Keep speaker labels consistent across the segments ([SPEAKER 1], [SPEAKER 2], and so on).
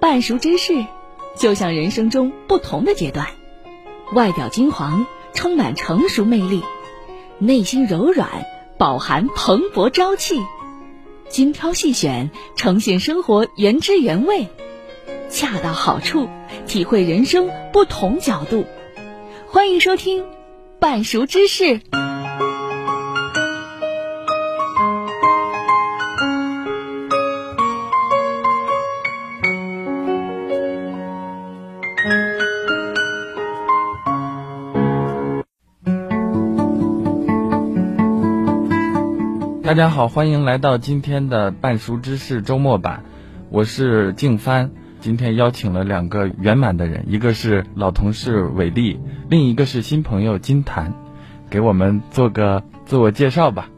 [SPEAKER 1] 半熟之事，就像人生中不同的阶段，外表金黄，充满成熟魅力，内心柔软，饱含蓬勃朝气，精挑细选，呈现生活原汁原味，恰到好处，体会人生不同角度。欢迎收听《半熟知识》。
[SPEAKER 2] 大家好，欢迎来到今天的半熟知识周末版，我是静帆。今天邀请了两个圆满的人，一个是老同事伟丽，另一个是新朋友金坛，给我们做个自我介绍吧。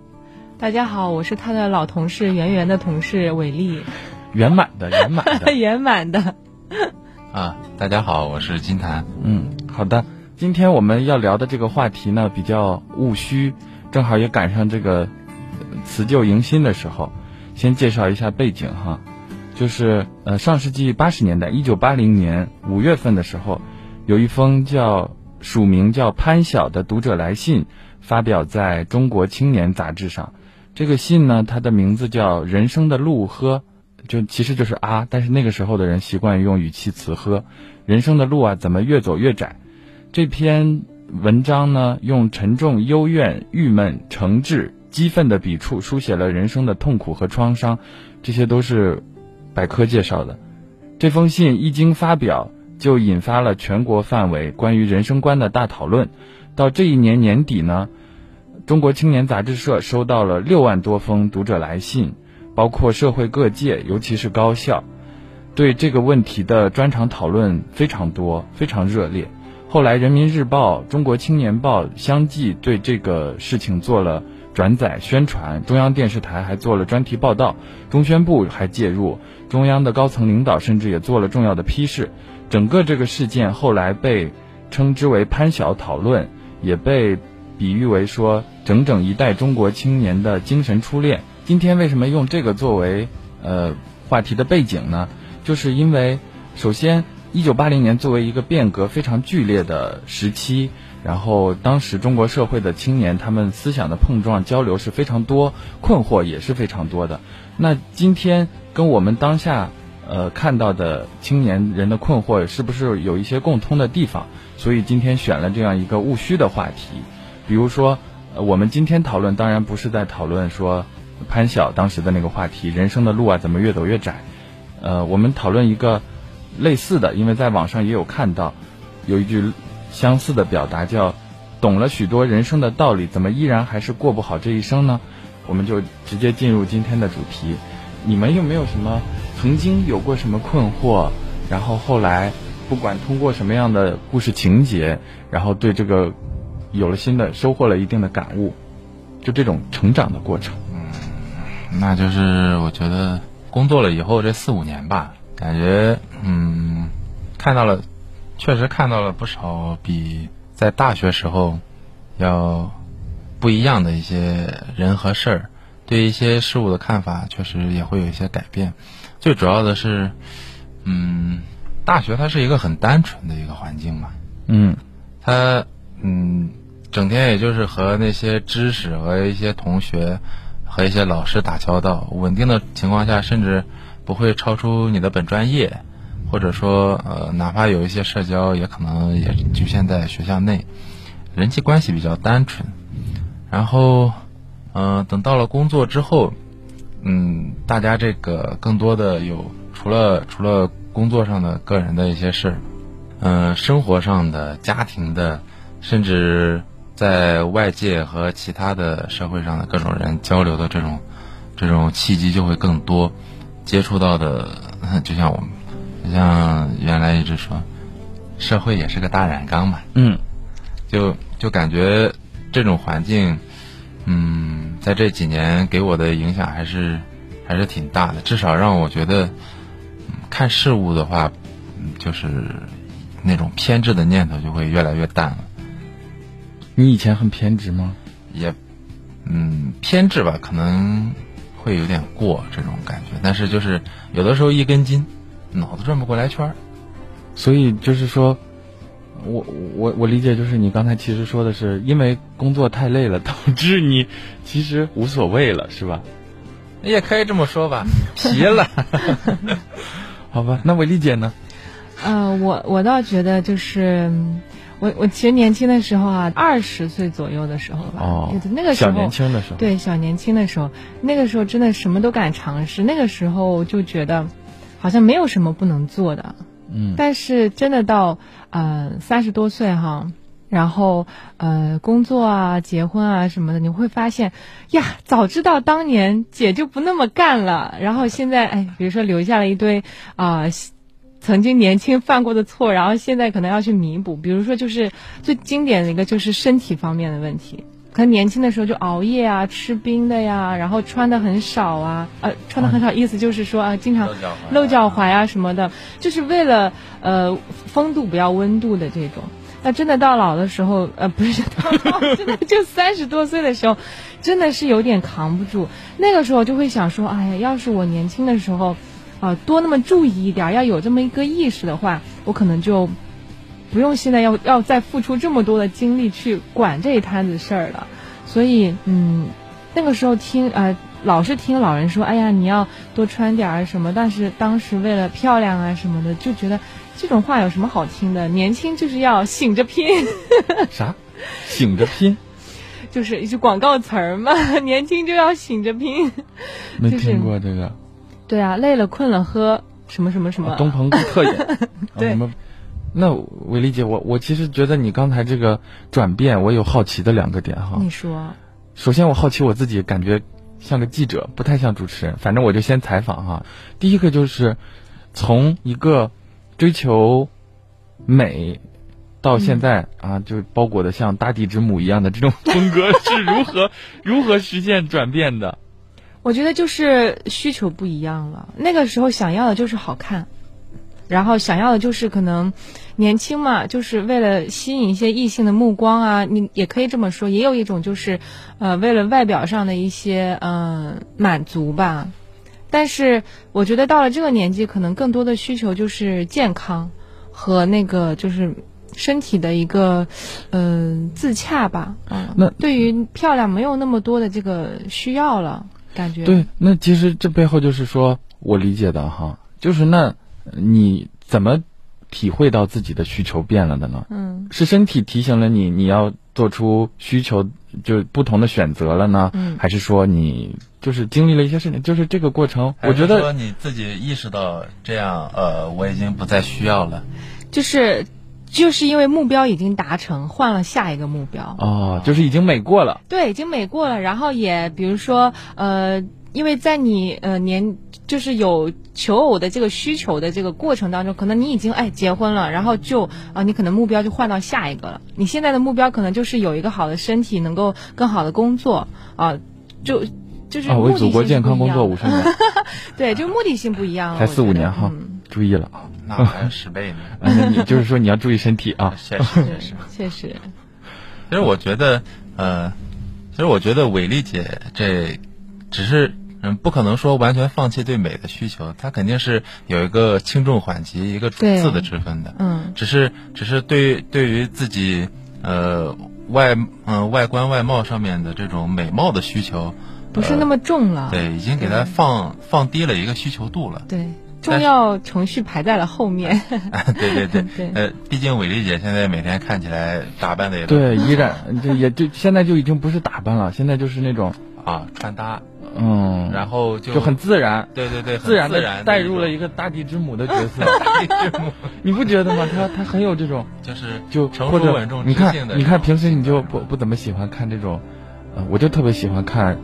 [SPEAKER 3] 大家好，我是他的老同事圆圆的同事伟丽，
[SPEAKER 2] 圆满的，圆满的
[SPEAKER 3] 圆满的。
[SPEAKER 4] 啊，大家好，我是金坛。
[SPEAKER 2] 嗯，好的。今天我们要聊的这个话题呢，比较务虚，正好也赶上这个呃辞旧迎新的时候。先介绍一下背景哈，就是呃上世纪八十年代，一九八零年五月份的时候，有一封叫署名叫潘晓的读者来信，发表在《中国青年》杂志上。这个信呢，它的名字叫《人生的路喝》，就其实就是啊，但是那个时候的人习惯用语气词喝。人生的路啊，怎么越走越窄？这篇文章呢，用沉重、幽怨、郁闷、诚挚、激愤的笔触，书写了人生的痛苦和创伤，这些都是百科介绍的。这封信一经发表，就引发了全国范围关于人生观的大讨论。到这一年年底呢，中国青年杂志社收到了六万多封读者来信，包括社会各界，尤其是高校，对这个问题的专场讨论非常多，非常热烈。后来，《人民日报》《中国青年报》相继对这个事情做了转载宣传，中央电视台还做了专题报道，中宣部还介入，中央的高层领导甚至也做了重要的批示。整个这个事件后来被称之为“潘晓讨论”，也被比喻为说整整一代中国青年的精神初恋。今天为什么用这个作为呃话题的背景呢？就是因为首先，一九八零年作为一个变革非常剧烈的时期，然后当时中国社会的青年他们思想的碰撞交流是非常多，困惑也是非常多的。那今天跟我们当下呃看到的青年人的困惑是不是有一些共通的地方？所以今天选了这样一个务虚的话题，比如说、呃我们今天讨论，当然不是在讨论说潘晓当时的那个话题，人生的路啊怎么越走越窄，呃，我们讨论一个类似的，因为在网上也有看到有一句相似的表达叫“懂了许多人生的道理，怎么依然还是过不好这一生呢？”我们就直接进入今天的主题。你们有没有什么曾经有过什么困惑，然后后来不管通过什么样的故事情节，然后对这个有了新的收获了一定的感悟，就这种成长的过程。
[SPEAKER 4] 嗯那就是我觉得工作了以后这四五年吧，感觉嗯，看到了，确实看到了不少比在大学时候要不一样的一些人和事儿，对一些事物的看法确实也会有一些改变。最主要的是，嗯，大学它是一个很单纯的一个环境嘛，
[SPEAKER 2] 嗯
[SPEAKER 4] 他嗯，整天也就是和那些知识和一些同学和一些老师打交道，稳定的情况下，甚至不会超出你的本专业，或者说呃，哪怕有一些社交，也可能也局限在学校内，人际关系比较单纯。然后，嗯、等到了工作之后，嗯，大家这个更多的有除了除了工作上的个人的一些事儿，嗯，生活上的、家庭的，甚至在外界和其他的社会上的各种人交流的这种这种契机就会更多，接触到的， 就像我们，就像原来一直说，社会也是个大染缸嘛，
[SPEAKER 2] 嗯，
[SPEAKER 4] 就就感觉这种环境，嗯，在这几年给我的影响还是还是挺大的，至少让我觉得、嗯看事物的话，嗯就是那种偏执的念头就会越来越淡了，
[SPEAKER 2] 你以前很偏执吗？
[SPEAKER 4] 也嗯偏执吧，可能会有点过这种感觉，但是就是有的时候一根筋，脑子转不过来圈儿。
[SPEAKER 2] 所以就是说，我我我理解就是你刚才其实说的是，因为工作太累了， 导致你其实无所谓了，是吧？
[SPEAKER 4] 也可以这么说 吧，疲了。
[SPEAKER 2] 好吧，那我理解呢？
[SPEAKER 3] 呃，我我倒觉得就是，嗯我我其实年轻的时候啊，二十岁左右的时候吧，
[SPEAKER 2] 哦
[SPEAKER 3] 就是那个时
[SPEAKER 2] 小
[SPEAKER 3] 候
[SPEAKER 2] 年轻的时候，
[SPEAKER 3] 对，小年轻的时候，那个时候真的什么都敢尝试，那个时候就觉得好像没有什么不能做的。
[SPEAKER 2] 嗯，
[SPEAKER 3] 但是真的到呃三十多岁哈，然后呃工作啊、结婚啊什么的，你会发现呀，早知道当年姐就不那么干了。然后现在哎，比如说留下了一堆啊。曾经年轻犯过的错，然后现在可能要去弥补。比如说，就是最经典的一个就是身体方面的问题，可能年轻的时候就熬夜啊、吃冰的呀，然后穿的很少啊，呃，穿的很少，意思就是说啊，经常
[SPEAKER 4] 露脚踝啊
[SPEAKER 3] 露脚踝啊什么的，就是为了呃风度不要温度的这种。那真的到老的时候，呃，不是到老， 真的就三十多岁的时候，真的是有点扛不住。那个时候就会想说，哎呀，要是我年轻的时候，啊、多那么注意一点儿，要有这么一个意识的话，我可能就不用现在要要再付出这么多的精力去管这一摊子事儿了。所以，嗯，那个时候听呃，老是听老人说，哎呀，你要多穿点儿什么。但是当时为了漂亮啊什么的，就觉得这种话有什么好听的？年轻就是要醒着拼，
[SPEAKER 2] 啥？ 醒着拼，
[SPEAKER 3] 就是一句广告词儿嘛， 年轻就要醒着拼。
[SPEAKER 2] 没
[SPEAKER 3] 就是
[SPEAKER 2] 听过这个。啊
[SPEAKER 3] 对啊，累了困了喝什么什么什
[SPEAKER 4] 啊
[SPEAKER 3] 么。
[SPEAKER 2] 东鹏特 饮，啊
[SPEAKER 3] 对
[SPEAKER 2] 我们那我理解，我我其实觉得你刚才这个转变，我有好奇的两个点哈。
[SPEAKER 3] 你说，
[SPEAKER 2] 首先，我好奇我自己，感觉像个记者，不太像主持人。反正我就先采访哈。第一个就是从一个追求美到现在、
[SPEAKER 4] 嗯
[SPEAKER 2] 啊，就包裹的像大地之母一样的这种风格是如何 如何实现转变的？
[SPEAKER 3] 我觉得就是需求不一样了。那个时候想要的就是好看，然后想要的就是可能年轻嘛，就是为了吸引一些异性的目光啊。你也可以这么说，也有一种就是，呃，为了外表上的一些嗯、呃满足吧。但是我觉得到了这个年纪，可能更多的需求就是健康和那个就是身体的一个嗯、呃自洽吧。嗯，
[SPEAKER 2] 那
[SPEAKER 3] 对于漂亮没有那么多的这个需要了。感觉
[SPEAKER 2] 对，那其实这背后就是说我理解的哈，就是那你怎么体会到自己的需求变了的呢？
[SPEAKER 3] 嗯
[SPEAKER 2] 是身体提醒了你，你要做出需求就不同的选择了呢，
[SPEAKER 3] 嗯
[SPEAKER 2] 还是说你就是经历了一些事情，就是这个过程？
[SPEAKER 3] 哎
[SPEAKER 2] 我觉
[SPEAKER 4] 还是说
[SPEAKER 2] 得
[SPEAKER 4] 哎你自己意识到这样，呃，我已经不再需要了。，
[SPEAKER 3] 就是就是因为目标已经达成，换了下一个目标。
[SPEAKER 2] 哦，就是已经美过了，
[SPEAKER 3] 对，已经美过了。然后也比如说，呃，因为在你呃年就是有求偶的这个需求的这个过程当中，可能你已经哎结婚了，然后就啊、你可能目标就换到下一个了。你现在的目标可能就是有一个好的身体，能够更好的工作啊、就就是
[SPEAKER 2] 啊，
[SPEAKER 3] 目
[SPEAKER 2] 为
[SPEAKER 3] 的
[SPEAKER 2] 祖国
[SPEAKER 3] 性
[SPEAKER 2] 健
[SPEAKER 3] 不
[SPEAKER 2] 康
[SPEAKER 3] 一
[SPEAKER 2] 工
[SPEAKER 3] 样
[SPEAKER 2] 作
[SPEAKER 3] 了
[SPEAKER 2] 五十年，
[SPEAKER 3] 对，就目的性不一样了。
[SPEAKER 2] 才
[SPEAKER 3] 我
[SPEAKER 2] 四
[SPEAKER 3] 觉
[SPEAKER 2] 五
[SPEAKER 3] 得
[SPEAKER 2] 年哈
[SPEAKER 3] 嗯，
[SPEAKER 2] 注意了啊，
[SPEAKER 4] 那还是十倍 呢。
[SPEAKER 2] 啊那 你就是说你要注意身体啊，
[SPEAKER 4] 确实，确实。
[SPEAKER 3] 确实，
[SPEAKER 4] 其实我觉得，呃，其实我觉得伟丽姐这只是，嗯，不可能说完全放弃对美的需求，她肯定是有一个轻重缓急、一个主
[SPEAKER 3] 对
[SPEAKER 4] 次的之分的。
[SPEAKER 3] 嗯。
[SPEAKER 4] 只是，只是对对于自己，呃，外嗯、外观外貌上面的这种美貌的需求，
[SPEAKER 3] 不是那么重了。
[SPEAKER 4] 对，已经给她放放低了一个需求度了。
[SPEAKER 3] 对重要程序排在了 后面。
[SPEAKER 4] 对对对，
[SPEAKER 3] 对
[SPEAKER 4] 呃，毕竟伟丽姐现在每天看起来打扮的也都
[SPEAKER 2] 对，依然这也就现在就已经不是打扮了，现在就是那种
[SPEAKER 4] 啊，穿搭，
[SPEAKER 2] 嗯，
[SPEAKER 4] 然后就
[SPEAKER 2] 就很自然。
[SPEAKER 4] 对对对，很
[SPEAKER 2] 自然
[SPEAKER 4] 自
[SPEAKER 2] 的
[SPEAKER 4] 然
[SPEAKER 2] 带入了一
[SPEAKER 4] 一
[SPEAKER 2] 个
[SPEAKER 4] 种
[SPEAKER 2] 大地之母的角色，你不觉得吗？他他很有这种
[SPEAKER 4] 就是
[SPEAKER 2] 就
[SPEAKER 4] 成
[SPEAKER 2] 或
[SPEAKER 4] 熟
[SPEAKER 2] 者
[SPEAKER 4] 稳重、
[SPEAKER 2] 你
[SPEAKER 4] 知
[SPEAKER 2] 看
[SPEAKER 4] 性的，
[SPEAKER 2] 你看平时你就
[SPEAKER 4] 这种
[SPEAKER 2] 不不怎么喜欢看这种，呃，我就特别喜欢看，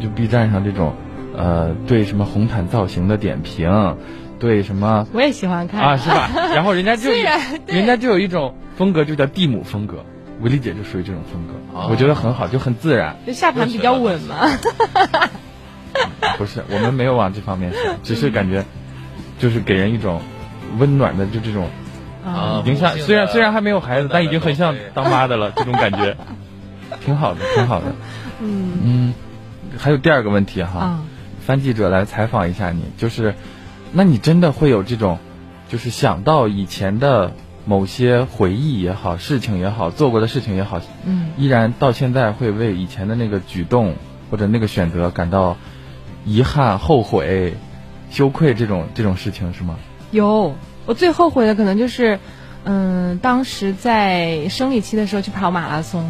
[SPEAKER 2] 就 B 站上这种，呃，对什么红毯造型的点评，对什么
[SPEAKER 3] 我也喜欢看。
[SPEAKER 2] 啊是 吧？然后人家就
[SPEAKER 3] 哎虽然对
[SPEAKER 2] 人家就有一种风格，就叫地母风格。维丽姐就属于这种风格，
[SPEAKER 4] 哦
[SPEAKER 2] 我觉得很好，就很自然。
[SPEAKER 3] 就下盘比较稳嘛，
[SPEAKER 2] 不是，我们没有往这方面想，只是感觉，就是给人一种温暖的，就这种
[SPEAKER 4] 啊
[SPEAKER 2] 已经像
[SPEAKER 4] 母性的
[SPEAKER 2] 虽然虽然还没有孩子，但已经很像
[SPEAKER 4] 对对对
[SPEAKER 2] 当妈的了，这种感 觉，挺好的，挺好的。嗯还有第二个问题哈，
[SPEAKER 3] 啊，
[SPEAKER 2] 翻记者来采访一下你，就是，那你真的会有这种就是想到以前的某些回忆也好，事情也好，做过的事情也好，
[SPEAKER 3] 嗯，
[SPEAKER 2] 依然到现在会为以前的那个举动或者那个选择感到遗憾、后悔、羞愧这种这种事情是吗？
[SPEAKER 3] 有，我最后悔的可能就是，嗯，当时在生理期的时候去跑马拉松，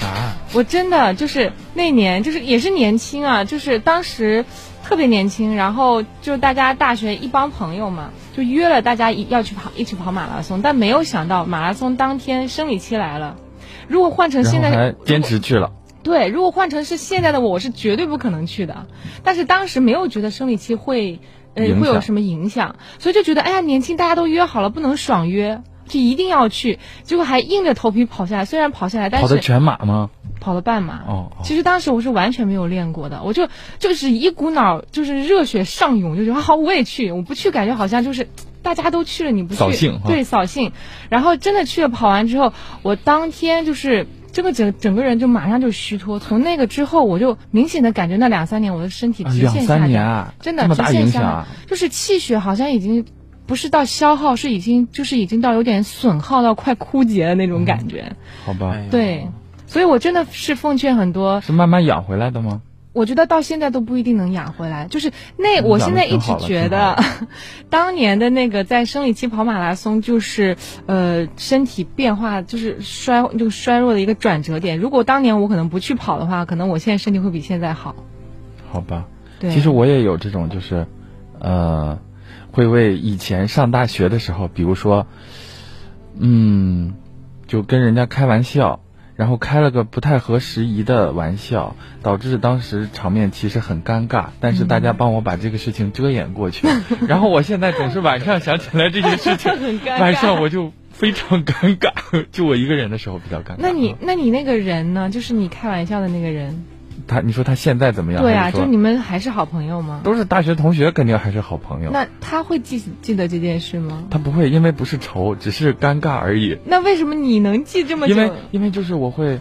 [SPEAKER 4] 啊，
[SPEAKER 3] 我真的就是那年就是也是年轻啊，就是当时特别年轻，然后就大家大学一帮朋友嘛，就约了大家一要去跑一起跑马拉松，但没有想到马拉松当天生理期来了。如果换成
[SPEAKER 2] 然后
[SPEAKER 3] 现在，
[SPEAKER 2] 还坚持去了，
[SPEAKER 3] 对，如果换成是现在的我，我是绝对不可能去的。但是当时没有觉得生理期会，呃，
[SPEAKER 2] 影响
[SPEAKER 3] 会有什么影响，所以就觉得，哎呀，年轻大家都约好了，不能爽约，就一定要去。结果还硬着头皮跑下来，虽然跑下来，但
[SPEAKER 2] 跑的
[SPEAKER 3] 是
[SPEAKER 2] 全马吗？
[SPEAKER 3] 跑了半马。
[SPEAKER 2] 哦，哦
[SPEAKER 3] 其实当时我是完全没有练过的，我就就是一股脑就是热血上涌，就觉得啊好我也去，我不去感觉好像就是大家都去了你不去，
[SPEAKER 2] 扫兴哈
[SPEAKER 3] 对扫兴。然后真的去了，跑完之后，我当天就是这个整整个人就马上就虚脱。从那个之后，我就明显的感觉那两三年我的身体
[SPEAKER 2] 啊
[SPEAKER 3] 直
[SPEAKER 2] 两
[SPEAKER 3] 线下
[SPEAKER 2] 三年
[SPEAKER 3] 降，
[SPEAKER 2] 啊，
[SPEAKER 3] 真的
[SPEAKER 2] 这么
[SPEAKER 3] 直
[SPEAKER 2] 大
[SPEAKER 3] 线
[SPEAKER 2] 影
[SPEAKER 3] 下
[SPEAKER 2] 响
[SPEAKER 3] 降
[SPEAKER 2] 啊，，
[SPEAKER 3] 就是气血好像已经。不是到消耗，是已经就是已经到有点损耗到快枯竭的那种感觉。
[SPEAKER 2] 好吧，
[SPEAKER 4] 哎呀
[SPEAKER 3] 对，所以我真的是奉劝很多
[SPEAKER 2] 是慢慢养回来的吗？
[SPEAKER 3] 我觉得到现在都不一定能养回来。就是那，
[SPEAKER 2] 嗯
[SPEAKER 3] 我现在一
[SPEAKER 2] 养得挺
[SPEAKER 3] 直
[SPEAKER 2] 好了
[SPEAKER 3] 觉得， 当年的那个在生理期跑马拉松，就是呃身体变化就是衰就衰弱的一个转折点。如果当年我可能不去跑的话，可能我现在身体会比现在好。
[SPEAKER 2] 好吧，
[SPEAKER 3] 对，
[SPEAKER 2] 其实我也有这种，就是，呃，会为以前上大学的时候，比如说，嗯，就跟人家开玩笑，然后开了个不太合时宜的玩笑，导致当时场面其实很尴尬，但是
[SPEAKER 3] 嗯
[SPEAKER 2] 大家帮我把这个事情遮掩过去，然后我现在总是晚上想起来这些事情，
[SPEAKER 3] 很 尴
[SPEAKER 2] 晚上我就非常尴尬， 就我一个人的时候比较尴尬。
[SPEAKER 3] 那你那你那个人呢？就是你开玩笑的那个人，
[SPEAKER 2] 他，你说他现在怎么样？
[SPEAKER 3] 对啊，
[SPEAKER 2] 还是
[SPEAKER 3] 就
[SPEAKER 2] 说
[SPEAKER 3] 你们还是好朋友吗？
[SPEAKER 2] 都是大学同学，肯定还是好朋友。
[SPEAKER 3] 那他会记记得这件事吗？
[SPEAKER 2] 他不会，因为不是愁，只是尴尬而已。
[SPEAKER 3] 那为什么你能记这么久？
[SPEAKER 2] 因为因为就是我会，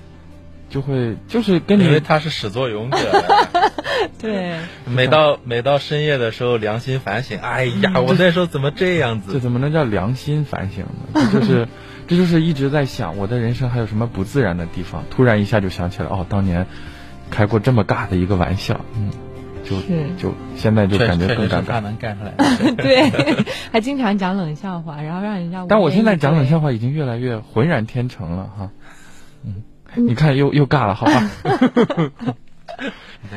[SPEAKER 2] 就会就是跟
[SPEAKER 4] 因为
[SPEAKER 2] 你
[SPEAKER 4] 他是始作俑者，
[SPEAKER 3] 对，
[SPEAKER 4] 每到每到深夜的时候良心反省，哎呀，我那时候怎么这样
[SPEAKER 2] 嗯这
[SPEAKER 4] 子？
[SPEAKER 2] 怎么能叫良心反省呢？ 这就是这就是一直在想我的人生还有什么不自然的地方。突然一下就想起来，哦，当年开过这么尬的一个玩笑，嗯，就是就现在就
[SPEAKER 4] 确
[SPEAKER 2] 感觉
[SPEAKER 4] 确
[SPEAKER 2] 更
[SPEAKER 4] 实
[SPEAKER 2] 尴
[SPEAKER 4] 是他
[SPEAKER 2] 尬。
[SPEAKER 4] 能干出来。
[SPEAKER 3] 对， 还经常讲冷笑话，然后让人家。
[SPEAKER 2] 但我现在讲冷笑，话已经越来越浑然天成了哈。嗯，你看又又尬了，好 吧？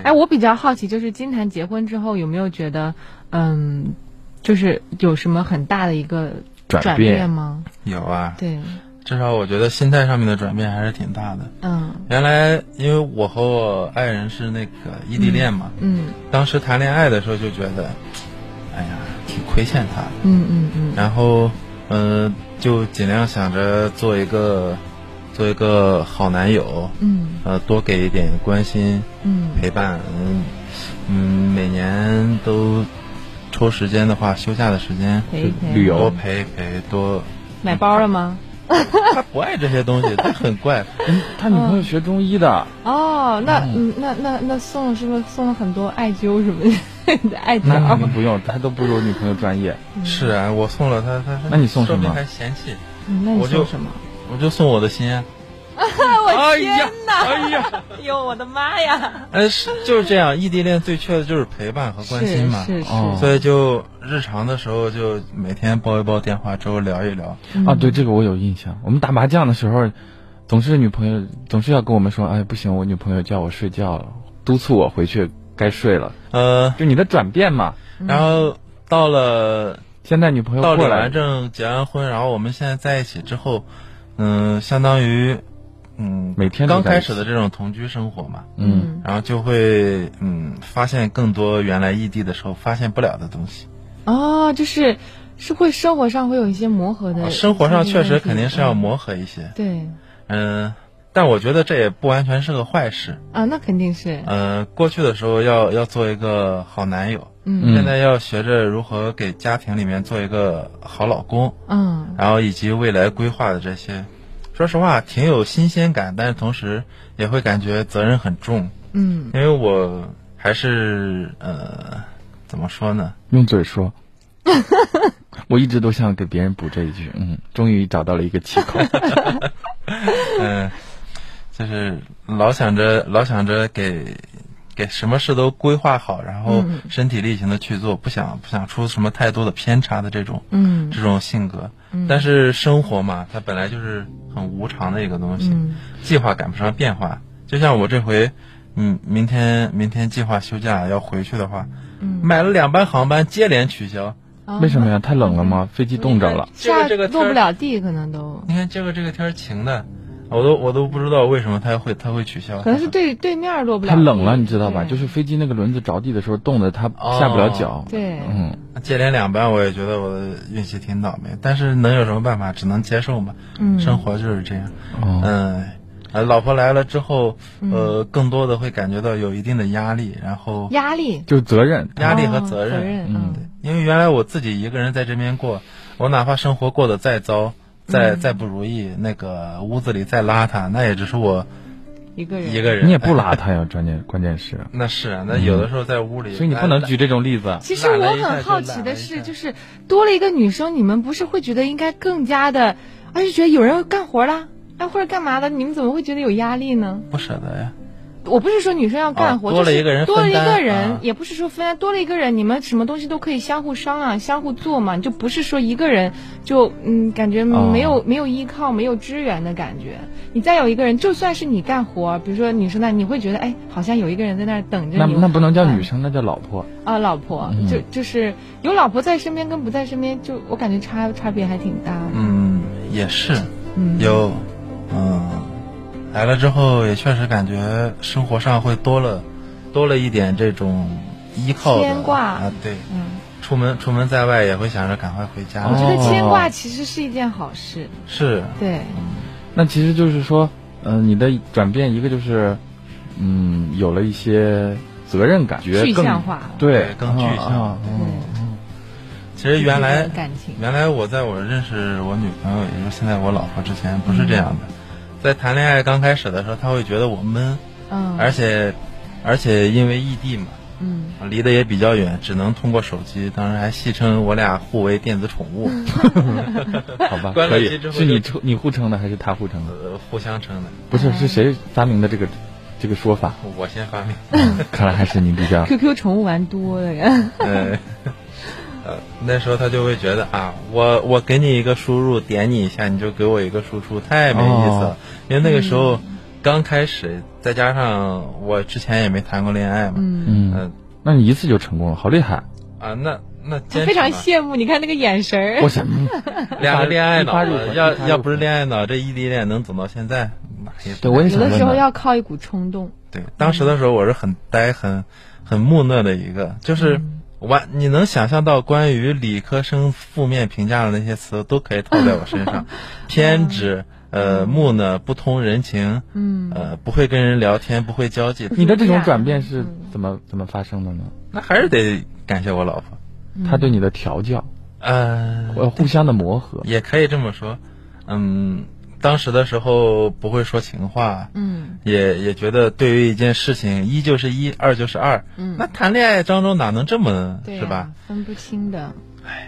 [SPEAKER 3] 哎，我比较好奇，就是金坛结婚之后有没有觉得，嗯，就是有什么很大的一个
[SPEAKER 2] 转
[SPEAKER 3] 转
[SPEAKER 2] 变
[SPEAKER 3] 吗？
[SPEAKER 4] 有啊，
[SPEAKER 3] 对，
[SPEAKER 4] 至少我觉得心态上面的转变还是挺大的。
[SPEAKER 3] 嗯
[SPEAKER 4] 原来因为我和我爱人是那个异地恋嘛，
[SPEAKER 3] 嗯
[SPEAKER 4] 当时谈恋爱的时候就觉得，哎呀，挺亏欠他的。
[SPEAKER 3] 嗯嗯嗯
[SPEAKER 4] 然后，嗯、就尽量想着做一个做一个好男友，
[SPEAKER 3] 嗯
[SPEAKER 4] 呃，多给一点关心
[SPEAKER 3] 嗯
[SPEAKER 4] 陪伴。嗯嗯，每年都抽时间的话，休假的时间
[SPEAKER 3] 陪陪
[SPEAKER 2] 旅游
[SPEAKER 4] 多陪陪多。
[SPEAKER 3] 买包了吗？
[SPEAKER 4] 他不爱这些东西，他很怪。
[SPEAKER 2] 他女朋友学中医的，
[SPEAKER 3] 哦，那嗯那那那送了是不是送了很多艾灸什么的 艾
[SPEAKER 2] 那肯定
[SPEAKER 3] 条？
[SPEAKER 2] 不用，他都不如女朋友专业。
[SPEAKER 4] 是啊，我送了他，他他
[SPEAKER 2] 那你送什
[SPEAKER 4] 说不定
[SPEAKER 2] 么
[SPEAKER 4] 还嫌弃，
[SPEAKER 3] 嗯那你
[SPEAKER 4] 我就
[SPEAKER 3] 送什么？
[SPEAKER 4] 我就送我的心啊。
[SPEAKER 3] 我
[SPEAKER 2] 哎
[SPEAKER 3] 天
[SPEAKER 2] 呀，
[SPEAKER 3] 哪！
[SPEAKER 2] 哎呀。
[SPEAKER 3] 哟，我的妈呀！
[SPEAKER 4] 哎，是就是这样，异地恋最缺的就是陪伴和关心嘛。
[SPEAKER 3] 是是
[SPEAKER 2] 哦
[SPEAKER 3] 是，
[SPEAKER 4] 所以就日常的时候，就每天煲一煲电话粥，聊一聊。
[SPEAKER 3] 嗯
[SPEAKER 2] 啊，对这个我有印象。我们打麻将的时候，总是女朋友总是要跟我们说，哎，不行，我女朋友叫我睡觉了，督促我回去该睡了。
[SPEAKER 4] 呃，
[SPEAKER 2] 就你的转变嘛，
[SPEAKER 4] 然后到了
[SPEAKER 2] 现在女朋友
[SPEAKER 4] 到
[SPEAKER 2] 过
[SPEAKER 4] 领
[SPEAKER 2] 来
[SPEAKER 4] 完，证、结完婚，然后我们现在在一起之后，嗯、相当于嗯，
[SPEAKER 2] 每天都
[SPEAKER 4] 刚
[SPEAKER 2] 在一
[SPEAKER 4] 开
[SPEAKER 2] 起
[SPEAKER 4] 始的这种同居生活嘛，
[SPEAKER 2] 嗯，
[SPEAKER 4] 然后就会嗯，发现更多原来异地的时候发现不了的东西。
[SPEAKER 3] 哦，就是是会生活上会有一些磨合的、
[SPEAKER 4] 啊生活上确实肯定是要
[SPEAKER 3] 嗯。
[SPEAKER 4] 磨合一些，
[SPEAKER 3] 对
[SPEAKER 4] 嗯、但我觉得这也不完全是个坏事。
[SPEAKER 3] 啊，那肯定是，
[SPEAKER 4] 嗯，过去的时候要要做一个好男友，
[SPEAKER 3] 嗯
[SPEAKER 4] 现在要学着如何给家庭里面做一个好老公，
[SPEAKER 3] 嗯
[SPEAKER 4] 然后以及未来规划的这些，说实话挺有新鲜感，但是同时也会感觉责任很重，
[SPEAKER 3] 嗯，
[SPEAKER 4] 因为我还是呃怎么说呢，
[SPEAKER 2] 用嘴说， 我一直都想给别人补这一句，嗯，终于找到了一个气
[SPEAKER 3] 哦
[SPEAKER 2] 口。
[SPEAKER 4] 嗯，就是老想着老想着给给什么事都规划好，然后
[SPEAKER 3] 嗯
[SPEAKER 4] 身体力行的去做，不想不想出什么太多的偏差的这种，
[SPEAKER 3] 嗯
[SPEAKER 4] 这种性格。但是生活嘛，它本来就是很无常的一个东西，
[SPEAKER 3] 嗯
[SPEAKER 4] 计划赶不上变化。就像我这回，嗯，明天明天计划休假要回去的话，
[SPEAKER 3] 嗯，
[SPEAKER 4] 买了两班航班接连取消。
[SPEAKER 3] 啊
[SPEAKER 2] 为什么呀？太冷了
[SPEAKER 3] 嗯
[SPEAKER 2] 吗？飞机冻着了。
[SPEAKER 4] 这个
[SPEAKER 3] 下
[SPEAKER 4] 这个
[SPEAKER 3] 落
[SPEAKER 4] 天
[SPEAKER 3] 不
[SPEAKER 4] 儿
[SPEAKER 3] 了地，可能
[SPEAKER 2] 嗯
[SPEAKER 3] 都
[SPEAKER 4] 你看今个这个天儿晴的，我都我都不知道为什么它会它会取消。
[SPEAKER 3] 可能是对对面落不了
[SPEAKER 2] 太
[SPEAKER 3] 地。
[SPEAKER 2] 冷了，你知道吧？
[SPEAKER 3] 对
[SPEAKER 2] 就是飞机那个轮子着地的时候冻得它下不了脚。
[SPEAKER 3] 对，
[SPEAKER 2] 嗯，
[SPEAKER 4] 接连两班，我也觉得我的运气挺倒霉，但是能有什么办法？只能接受嘛。
[SPEAKER 3] 嗯
[SPEAKER 4] 生活就是这样。
[SPEAKER 2] 哦，
[SPEAKER 4] 嗯，呃，老婆来了之后，呃，更多的会感觉到有一定的压力，然后
[SPEAKER 3] 压力
[SPEAKER 2] 就是责任。
[SPEAKER 4] 压力和
[SPEAKER 3] 哦责
[SPEAKER 4] 责任。
[SPEAKER 3] 嗯，
[SPEAKER 4] 对，因为原来我自己一个人在这边过，我哪怕生活过得再糟。再
[SPEAKER 3] 嗯
[SPEAKER 4] 再不如意，那个屋子里再邋遢，那也只是我
[SPEAKER 3] 一个人
[SPEAKER 4] 一个人。
[SPEAKER 2] 你也不邋遢呀，关键关键是，
[SPEAKER 4] 那是啊，那有的时候在屋里，
[SPEAKER 2] 所以你不能举这种例子。
[SPEAKER 3] 其实我很好奇的是，就是多了一个女生，你们不是会觉得应该更加的，而是觉得有人干活啦，哎或者干嘛的，你们怎么会觉得有压力呢？
[SPEAKER 4] 不舍得呀。
[SPEAKER 3] 我不是说女生要干活，
[SPEAKER 4] 啊多了
[SPEAKER 3] 就是
[SPEAKER 4] 一个人
[SPEAKER 3] 多了一
[SPEAKER 4] 分担
[SPEAKER 3] 个人
[SPEAKER 4] 啊，
[SPEAKER 3] 也不是说分担，多了一个人，你们什么东西都可以相互商量、相互做嘛，你就不是说一个人就嗯，感觉
[SPEAKER 2] 哦
[SPEAKER 3] 没有、没有依靠、没有支援的感觉。你再有一个人，就算是你干活，比如说女生那，你会觉得哎，好像有一个人在那儿等着
[SPEAKER 2] 那
[SPEAKER 3] 你。
[SPEAKER 2] 那不能叫女生，
[SPEAKER 3] 生
[SPEAKER 2] 那叫老婆。
[SPEAKER 3] 啊，老婆，
[SPEAKER 2] 嗯
[SPEAKER 3] 就就是有老婆在身边跟不在身边，就我感觉差差别还挺大的。
[SPEAKER 4] 嗯，也是
[SPEAKER 3] 嗯，
[SPEAKER 4] 有，嗯，来了之后也确实感觉生活上会多了，多了一点这种依靠的
[SPEAKER 3] 牵挂
[SPEAKER 4] 啊，对，
[SPEAKER 3] 嗯，
[SPEAKER 4] 出门出门在外也会想着赶快回家，
[SPEAKER 3] 我觉得
[SPEAKER 2] 哦
[SPEAKER 3] 牵挂其实是一件好事，
[SPEAKER 4] 是，
[SPEAKER 3] 对，
[SPEAKER 2] 那其实就是说，呃，你的转变一个就是，嗯，有了一些责任感，觉
[SPEAKER 3] 具
[SPEAKER 2] 更
[SPEAKER 3] 象化，
[SPEAKER 2] 对
[SPEAKER 4] 对，更具象
[SPEAKER 2] 啊啊
[SPEAKER 3] 对，
[SPEAKER 2] 啊
[SPEAKER 4] 其实原
[SPEAKER 3] 自己的
[SPEAKER 4] 来
[SPEAKER 3] 感情，
[SPEAKER 4] 原来我在我认识我女朋友，也就是现在我老婆之前不是
[SPEAKER 3] 嗯
[SPEAKER 4] 这样的，在谈恋爱刚开始的时候，她会觉得我闷，
[SPEAKER 3] 嗯，
[SPEAKER 4] 而且而且因为异地嘛，
[SPEAKER 3] 嗯，
[SPEAKER 4] 离得也比较远，只能通过手机。当时还戏称我俩互为电子宠物，
[SPEAKER 3] 嗯
[SPEAKER 2] 好吧，
[SPEAKER 4] 关了
[SPEAKER 2] 可
[SPEAKER 4] 机之
[SPEAKER 2] 以。
[SPEAKER 4] 后
[SPEAKER 2] 是你
[SPEAKER 4] 就
[SPEAKER 2] 称你互称的还是他互称的？
[SPEAKER 4] 呃，互相称的。
[SPEAKER 2] 不是，是谁发明的这个这个说法？
[SPEAKER 4] 我先发明，
[SPEAKER 3] 嗯
[SPEAKER 2] 看来还是你比 较
[SPEAKER 3] QQ 宠物玩多了呀，
[SPEAKER 4] 呃，呃，那时候他就会觉得啊，我我给你一个输入，点你一下，你就给我一个输出，太没意思了。
[SPEAKER 2] 哦
[SPEAKER 4] 因为那个时候刚开始，再加上我之前也没谈过恋爱嘛，
[SPEAKER 3] 嗯，
[SPEAKER 2] 嗯，
[SPEAKER 4] 嗯、
[SPEAKER 2] 那你一次就成功了，好厉害！
[SPEAKER 4] 啊，那那
[SPEAKER 3] 他
[SPEAKER 4] 坚啊
[SPEAKER 3] 非
[SPEAKER 4] 持
[SPEAKER 3] 常
[SPEAKER 4] 嘛，
[SPEAKER 3] 羡慕，你看那个眼神
[SPEAKER 2] 我
[SPEAKER 3] 儿，
[SPEAKER 2] 想嗯
[SPEAKER 4] 两个恋爱脑
[SPEAKER 2] 一发入
[SPEAKER 4] 啊，
[SPEAKER 2] 魂一
[SPEAKER 4] 要
[SPEAKER 2] 发入
[SPEAKER 4] 要不是
[SPEAKER 2] 魂
[SPEAKER 4] 恋爱脑，这异地恋能走到现在，那也不
[SPEAKER 2] 对我也
[SPEAKER 3] 有
[SPEAKER 2] 想问
[SPEAKER 3] 的
[SPEAKER 2] 呢
[SPEAKER 3] 时候要靠一股冲动，
[SPEAKER 4] 对，当时的时候我是很呆、很很木讷的一个，就是
[SPEAKER 3] 嗯
[SPEAKER 4] 完，你能想象到关于理科生负面评价的那些词都可以套在我 身上，偏执、呃木讷、不通人情，
[SPEAKER 3] 嗯，
[SPEAKER 4] 呃不会跟人聊天，不会交际，
[SPEAKER 2] 你的这种转变是
[SPEAKER 3] 嗯
[SPEAKER 2] 怎么怎么发生的呢？
[SPEAKER 4] 那还是得感谢我老婆，
[SPEAKER 3] 嗯
[SPEAKER 2] 他对你的调教，
[SPEAKER 4] 呃，
[SPEAKER 2] 呃，互相的磨合，
[SPEAKER 4] 也可以这么说，嗯，当时的时候不会说情话，
[SPEAKER 3] 嗯，
[SPEAKER 4] 也也觉得对于一件事情，一就是一，二就是二。
[SPEAKER 3] 嗯
[SPEAKER 4] 那谈恋爱当中哪能这么
[SPEAKER 3] 对呀啊
[SPEAKER 4] 是吧？？
[SPEAKER 3] 分不清的，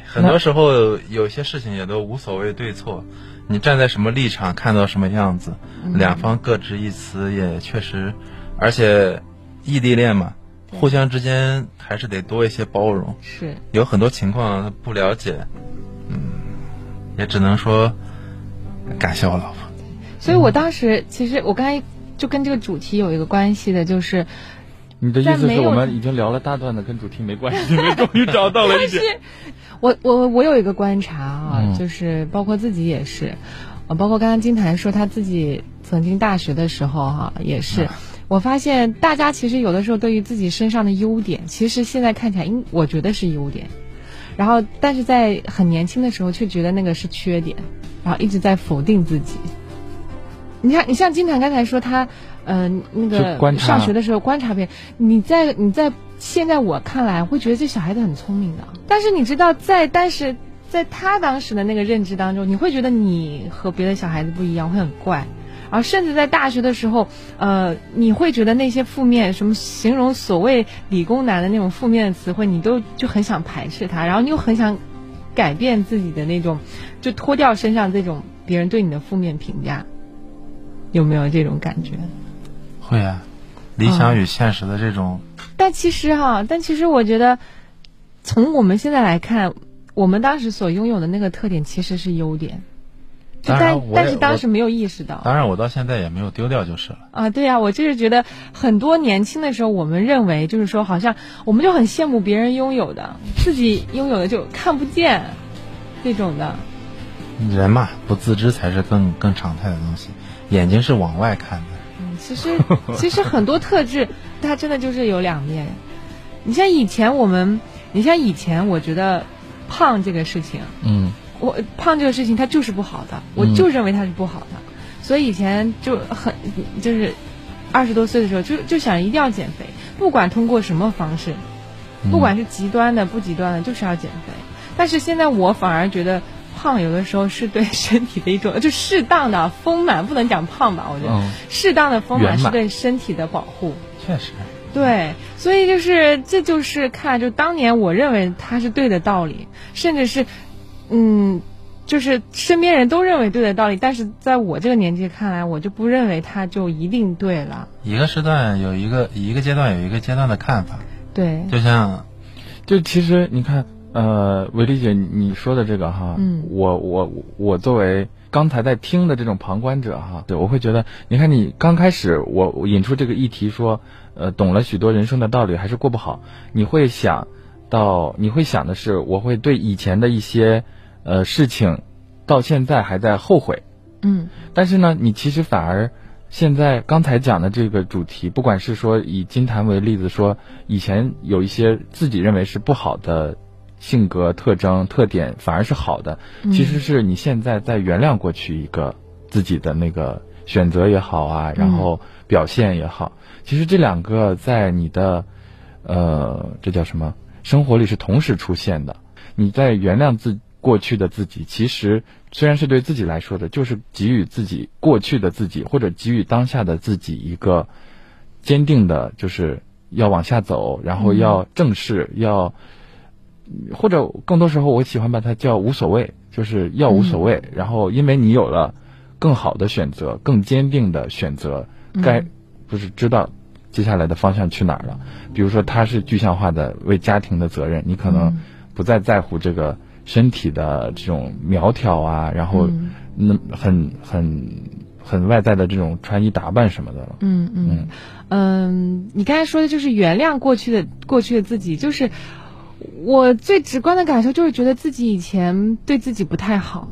[SPEAKER 4] 很多时候有些事情也都无所谓对错，你站在什么立场，看到什么样子，两方各执一词，也确实，而且异地恋嘛，互相之间还是得多一些包容。
[SPEAKER 3] 是，
[SPEAKER 4] 有很多情况不了解，嗯，也只能说感谢我老婆。
[SPEAKER 3] 所以我当时其实我刚才就跟这个主题有一个关系的，就是
[SPEAKER 2] 你的意
[SPEAKER 3] 在
[SPEAKER 2] 思
[SPEAKER 3] 没
[SPEAKER 2] 是
[SPEAKER 3] 有
[SPEAKER 2] 我们已经聊了大段的，跟主题没关系，你们终于找到了一 点。
[SPEAKER 3] 我我我有一个观察啊，
[SPEAKER 2] 嗯
[SPEAKER 3] 就是包括自己也是，呃，包括刚刚金坛说他自己曾经大学的时候哈、也是，我发现大家其实有的时候对于自己身上的优点，其实现在看起来，应我觉得是优点，然后但是在很年轻的时候却觉得那个是缺点，然后一直在否定自己。你看，你像金坛刚才说他，呃，那
[SPEAKER 2] 就观
[SPEAKER 3] 个
[SPEAKER 2] 察
[SPEAKER 3] 上学的时候观察别人，你在你在现在我看来会觉得这小孩子很聪明的，但是你知道在但是在他当时的那个认知当中，你会觉得你和别的小孩子不一样，会很怪。然后啊甚至在大学的时候，呃，你会觉得那些负面什么形容所谓理工男的那种负面的词汇，你都就很想排斥他，然后你又很想改变自己的那种，就脱掉身上这种别人对你的负面评价，有没有这种感觉？
[SPEAKER 4] 会啊，理想与现实的这种，
[SPEAKER 3] 但其实哈，但其实我觉得，从我们现在来看，我们当时所拥有的那个特点其实是优点，就
[SPEAKER 4] 当然
[SPEAKER 3] 但
[SPEAKER 4] 我
[SPEAKER 3] 但
[SPEAKER 4] 也
[SPEAKER 3] 是当
[SPEAKER 4] 我
[SPEAKER 3] 时没有意识到
[SPEAKER 4] 当然我到现在也没有丢掉就是了。
[SPEAKER 3] 啊，对呀、我就是觉得很多年轻的时候，我们认为就是说，好像我们就很羡慕别人拥有的，自己拥有的就看不见，这种的。
[SPEAKER 4] 人嘛，不自知才是更更常态的东西，眼睛是往外看的。
[SPEAKER 3] 嗯，其实其实很多特质，它真的就是有两面。你像以前我们，你像以前，我觉得胖这个事情，
[SPEAKER 2] 嗯
[SPEAKER 3] 我胖这个事情它就是不好的，我就认为它是不好的，所以以前就很就是二十多岁的时候就就想一定要减肥，不管通过什么方式，不管是极端的不极端的，就是要减肥。但是现在我反而觉得胖有的时候是对身体的一种，就适当的丰满，不能讲胖吧，我觉得、
[SPEAKER 2] 嗯
[SPEAKER 3] 适当的丰满
[SPEAKER 4] 圆
[SPEAKER 3] 是
[SPEAKER 4] 满
[SPEAKER 3] 对身体的保护。
[SPEAKER 4] 确实，
[SPEAKER 3] 对，所以就是这就是看，就当年我认为他是对的道理，甚至是，嗯，就是身边人都认为对的道理，但是在我这个年纪看来，我就不认为他就一定对了。
[SPEAKER 4] 一个时段有一个一个阶段有一个阶段的看法，
[SPEAKER 3] 对，
[SPEAKER 4] 就像
[SPEAKER 2] 就其实你看，呃，维丽姐你你说的这个哈，
[SPEAKER 3] 嗯
[SPEAKER 2] 我我我作为刚才在听的这种旁观者哈，对，我会觉得，你看你刚开始我我引出这个议题说，呃，懂了许多人生的道理，还是过不好，你会想到，你会想的是，我会对以前的一些呃事情，到现在还在后悔，
[SPEAKER 3] 嗯
[SPEAKER 2] 但是呢，你其实反而现在刚才讲的这个主题，不管是说以金坛为例子说，以前有一些自己认为是不好的性格特征特点，反而是好的，其实是你现在在原谅过去一个自己的那个选择也好啊，然后表现也好，其实这两个在你的呃，这叫什么？生活里是同时出现的。你在原谅自过去的自己，其实虽然是对自己来说的，就是给予自己过去的自己，或者给予当下的自己一个坚定的，就是要往下走，然后要正视，要或者更多时候，我喜欢把它叫无所谓，就是要无所
[SPEAKER 3] 嗯
[SPEAKER 2] 谓。然后，因为你有了更好的选择，更坚定的选择，
[SPEAKER 3] 嗯
[SPEAKER 2] 该就是知道接下来的方向去哪儿了。比如说，他是具象化的为家庭的责任，你可
[SPEAKER 3] 嗯
[SPEAKER 2] 能不再在乎这个身体的这种苗条啊，然后
[SPEAKER 3] 嗯
[SPEAKER 2] 那很很很外在的这种穿衣打扮什么的了。
[SPEAKER 3] 嗯嗯嗯，你刚才说的就是原谅过去的过去的自己，就是我最直观的感受就是觉得自己以前对自己不太好，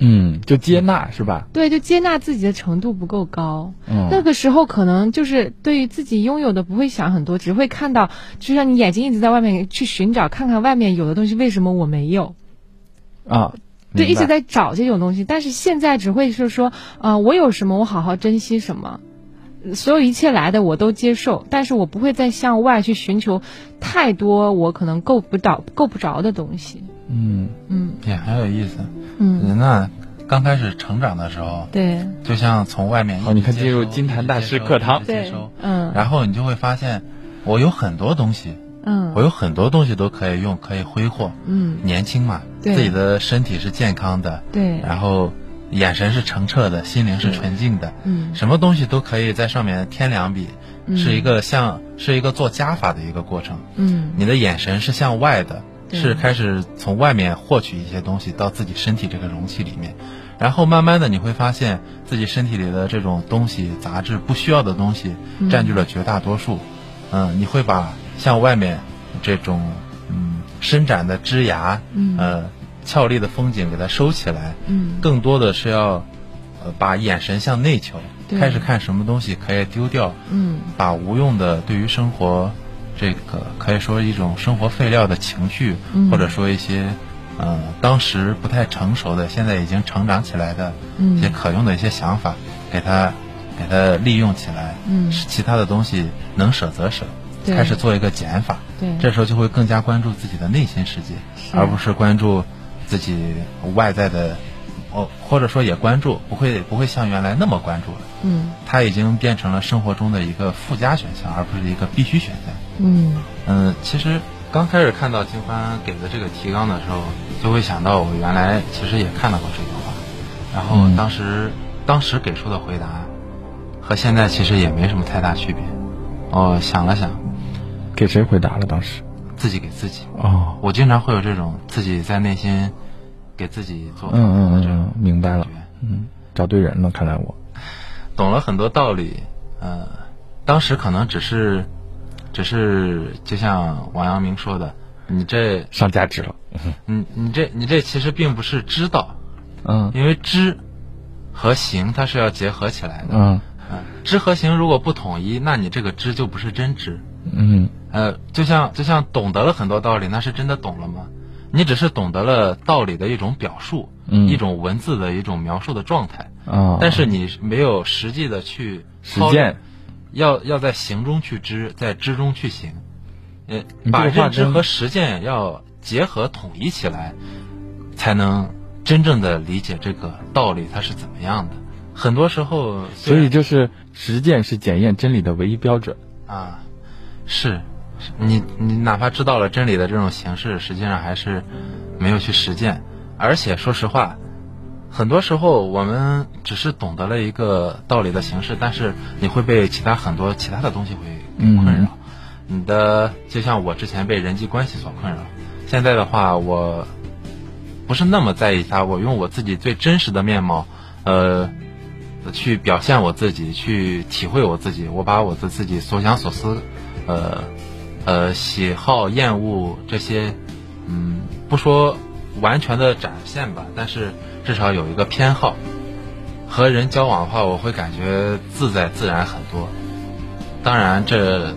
[SPEAKER 2] 嗯，就接纳是吧？
[SPEAKER 3] 对，就接纳自己的程度不够高。
[SPEAKER 2] 嗯，
[SPEAKER 3] 那个时候可能就是对于自己拥有的不会想很多，只会看到，就像你眼睛一直在外面去寻找，看看外面有的东西为什么我没有，
[SPEAKER 2] 啊，
[SPEAKER 3] 对，
[SPEAKER 2] 明
[SPEAKER 3] 一
[SPEAKER 2] 白
[SPEAKER 3] 直在找这种东西。但是现在只会是说，呃，我有什么，我好好珍惜什么，所有一切来的我都接受，但是我不会再向外去寻求太多我可能够不到、够不着的东西。
[SPEAKER 2] 嗯
[SPEAKER 3] 嗯
[SPEAKER 4] 也很有意思。
[SPEAKER 3] 嗯，
[SPEAKER 4] 人呢，刚开始成长的时候，
[SPEAKER 3] 对
[SPEAKER 4] 就像从外面一直
[SPEAKER 2] 好你看
[SPEAKER 4] 接
[SPEAKER 2] 进入
[SPEAKER 4] 收
[SPEAKER 2] 金坛
[SPEAKER 4] 一直
[SPEAKER 2] 大
[SPEAKER 4] 接
[SPEAKER 2] 师
[SPEAKER 4] 收
[SPEAKER 2] 课
[SPEAKER 4] 一直
[SPEAKER 2] 堂
[SPEAKER 4] 接
[SPEAKER 3] 对
[SPEAKER 4] 收，
[SPEAKER 3] 嗯
[SPEAKER 4] 然后你就会发现，我有很多东西，我
[SPEAKER 3] 嗯
[SPEAKER 4] 有很多东西都可以用，可以挥霍。
[SPEAKER 3] 嗯，
[SPEAKER 4] 年轻嘛，
[SPEAKER 3] 对
[SPEAKER 4] 自己的身体是健康的，
[SPEAKER 3] 对，
[SPEAKER 4] 然后眼神是澄澈的，心灵是纯净的，
[SPEAKER 3] 嗯
[SPEAKER 4] 什么东西都可以在上面添两笔，是一个像是一个做加法的一个过程。
[SPEAKER 3] 嗯
[SPEAKER 4] 你的眼神是向外的，
[SPEAKER 3] 对
[SPEAKER 4] 是开始从外面获取一些东西到自己身体这个容器里面，然后慢慢的你会发现自己身体里的这种东西、杂质、不需要的东西
[SPEAKER 3] 嗯
[SPEAKER 4] 占据了绝大多数。嗯，你会把向外面这种嗯伸展的枝芽，
[SPEAKER 3] 嗯
[SPEAKER 4] 呃俏丽的风景给它收起来，
[SPEAKER 3] 嗯
[SPEAKER 4] 更多的是要呃把眼神向内求，
[SPEAKER 3] 对
[SPEAKER 4] 开始看什么东西可以丢掉，
[SPEAKER 3] 嗯
[SPEAKER 4] 把无用的对于生活这个可以说一种生活废料的情绪，
[SPEAKER 3] 嗯
[SPEAKER 4] 或者说一些呃当时不太成熟的，现在已经成长起来的
[SPEAKER 3] 嗯
[SPEAKER 4] 一些可用的一些想法，给它给它利用起来，
[SPEAKER 3] 嗯
[SPEAKER 4] 使其他的东西能舍则舍，
[SPEAKER 3] 对
[SPEAKER 4] 开始做一个减法，
[SPEAKER 3] 对
[SPEAKER 4] 这时候就会更加关注自己的内心世界，而不是关注自己外在的。哦，或者说也关注，不会不会像原来那么关注了。
[SPEAKER 3] 嗯
[SPEAKER 4] 它已经变成了生活中的一个附加选项，而不是一个必须选项。
[SPEAKER 3] 嗯
[SPEAKER 4] 嗯，其实刚开始看到金欢给的这个提纲的时候，就会想到我原来其实也看到过这句话，然后
[SPEAKER 2] 嗯
[SPEAKER 4] 当时、当时给出的回答和现在其实也没什么太大区别。我想了想，
[SPEAKER 2] 给谁回答了当时？
[SPEAKER 4] 自己给自己，
[SPEAKER 2] 哦，
[SPEAKER 4] 我经常会有这种自己在内心给自己做
[SPEAKER 2] 嗯嗯
[SPEAKER 4] 的
[SPEAKER 2] 嗯
[SPEAKER 4] 这种
[SPEAKER 2] 嗯，明白了
[SPEAKER 4] 感觉，
[SPEAKER 2] 嗯，找对人了，看来我，
[SPEAKER 4] 懂了很多道理。呃，当时可能只是，只是就像王阳明说的，你这，
[SPEAKER 2] 上价值了，
[SPEAKER 4] 你你这你这其实并不是知道，
[SPEAKER 2] 嗯
[SPEAKER 4] 因为知和行它是要结合起来的。
[SPEAKER 2] 嗯
[SPEAKER 4] 呃知和行如果不统一，那你这个知就不是真知。
[SPEAKER 2] 嗯
[SPEAKER 4] 呃，就像就像懂得了很多道理，那是真的懂了吗？你只是懂得了道理的一种表述，
[SPEAKER 2] 嗯
[SPEAKER 4] 一种文字的一种描述的状态，
[SPEAKER 2] 啊，
[SPEAKER 4] 但是你没有实际的去
[SPEAKER 2] 实
[SPEAKER 4] 操
[SPEAKER 2] 践，
[SPEAKER 4] 要要在行中去知，在知中去行，呃
[SPEAKER 2] 你，
[SPEAKER 4] 把
[SPEAKER 2] 这个话
[SPEAKER 4] 认知
[SPEAKER 2] 真
[SPEAKER 4] 和实践要结合统一起来，才能真正的理解这个道理它是怎么样的。很多时候，虽
[SPEAKER 2] 所
[SPEAKER 4] 然
[SPEAKER 2] 以就是实践是检验真理的唯一标准。
[SPEAKER 4] 啊，是，是你你哪怕知道了真理的这种形式，实际上还是没有去实践。而且说实话，很多时候我们只是懂得了一个道理的形式，但是你会被其他很多其他的东西会给困扰。你的就像我之前被人际关系所困扰，现在的话我不是那么在意它，我用我自己最真实的面貌，呃，去表现我自己，去体会我自己，我把我的自己所想所思，呃，呃，喜好、厌恶这些，嗯，不说完全的展现吧，但是至少有一个偏好。和人交往的话，我会感觉自在自然很多。当然这，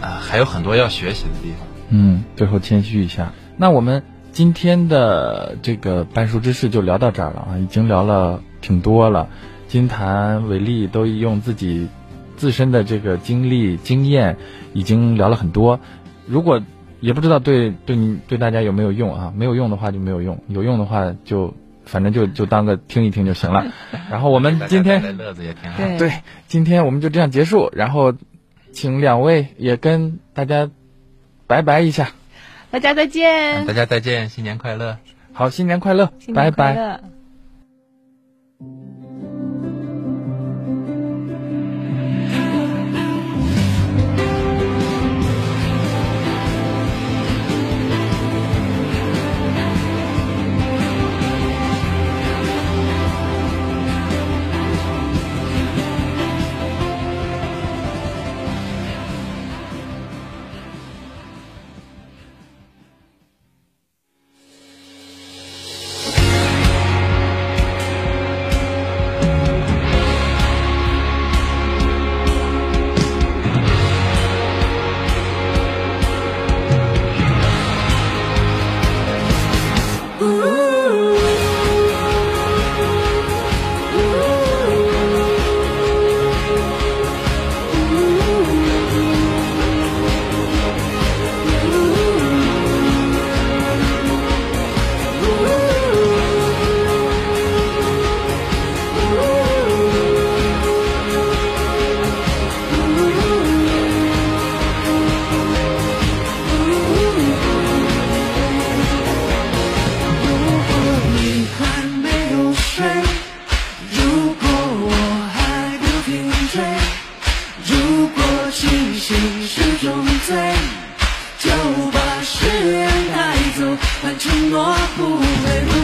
[SPEAKER 4] 呃，还有很多要学习的地方。
[SPEAKER 2] 嗯，最后谦虚一下。那我们今天的这个半熟知识就聊到这儿了啊，已经聊了挺多了。金坛、伟丽都用自己自身的这个经历、经验，已经聊了很多。如果也不知道对对你对大家有没有用啊，没有用的话就没有用，有用的话就反正就就当个听一听就 行了。然后我们嗯今天
[SPEAKER 4] 大家带来乐子也挺好。
[SPEAKER 3] 对
[SPEAKER 2] 对，今天我们就这样结束，然后请两位也跟大家拜拜一下。
[SPEAKER 3] 大家再见，
[SPEAKER 4] 大家再见，新年快乐。
[SPEAKER 2] 好，新年快乐，
[SPEAKER 3] 新
[SPEAKER 2] 拜
[SPEAKER 3] 年
[SPEAKER 2] 拜。
[SPEAKER 3] 快乐。
[SPEAKER 5] 你还没有睡，如果我还不停追，如果清醒是种罪，就把誓言带走，但承诺不会不